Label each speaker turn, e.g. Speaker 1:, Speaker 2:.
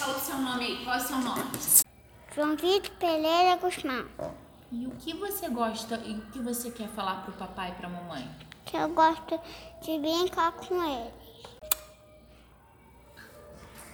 Speaker 1: seu nome? Qual é o seu nome?
Speaker 2: João Vitor Pereira Guzmão.
Speaker 1: E o que você gosta e o que você quer falar pro papai e pra mamãe?
Speaker 2: Que eu gosto de brincar com ele.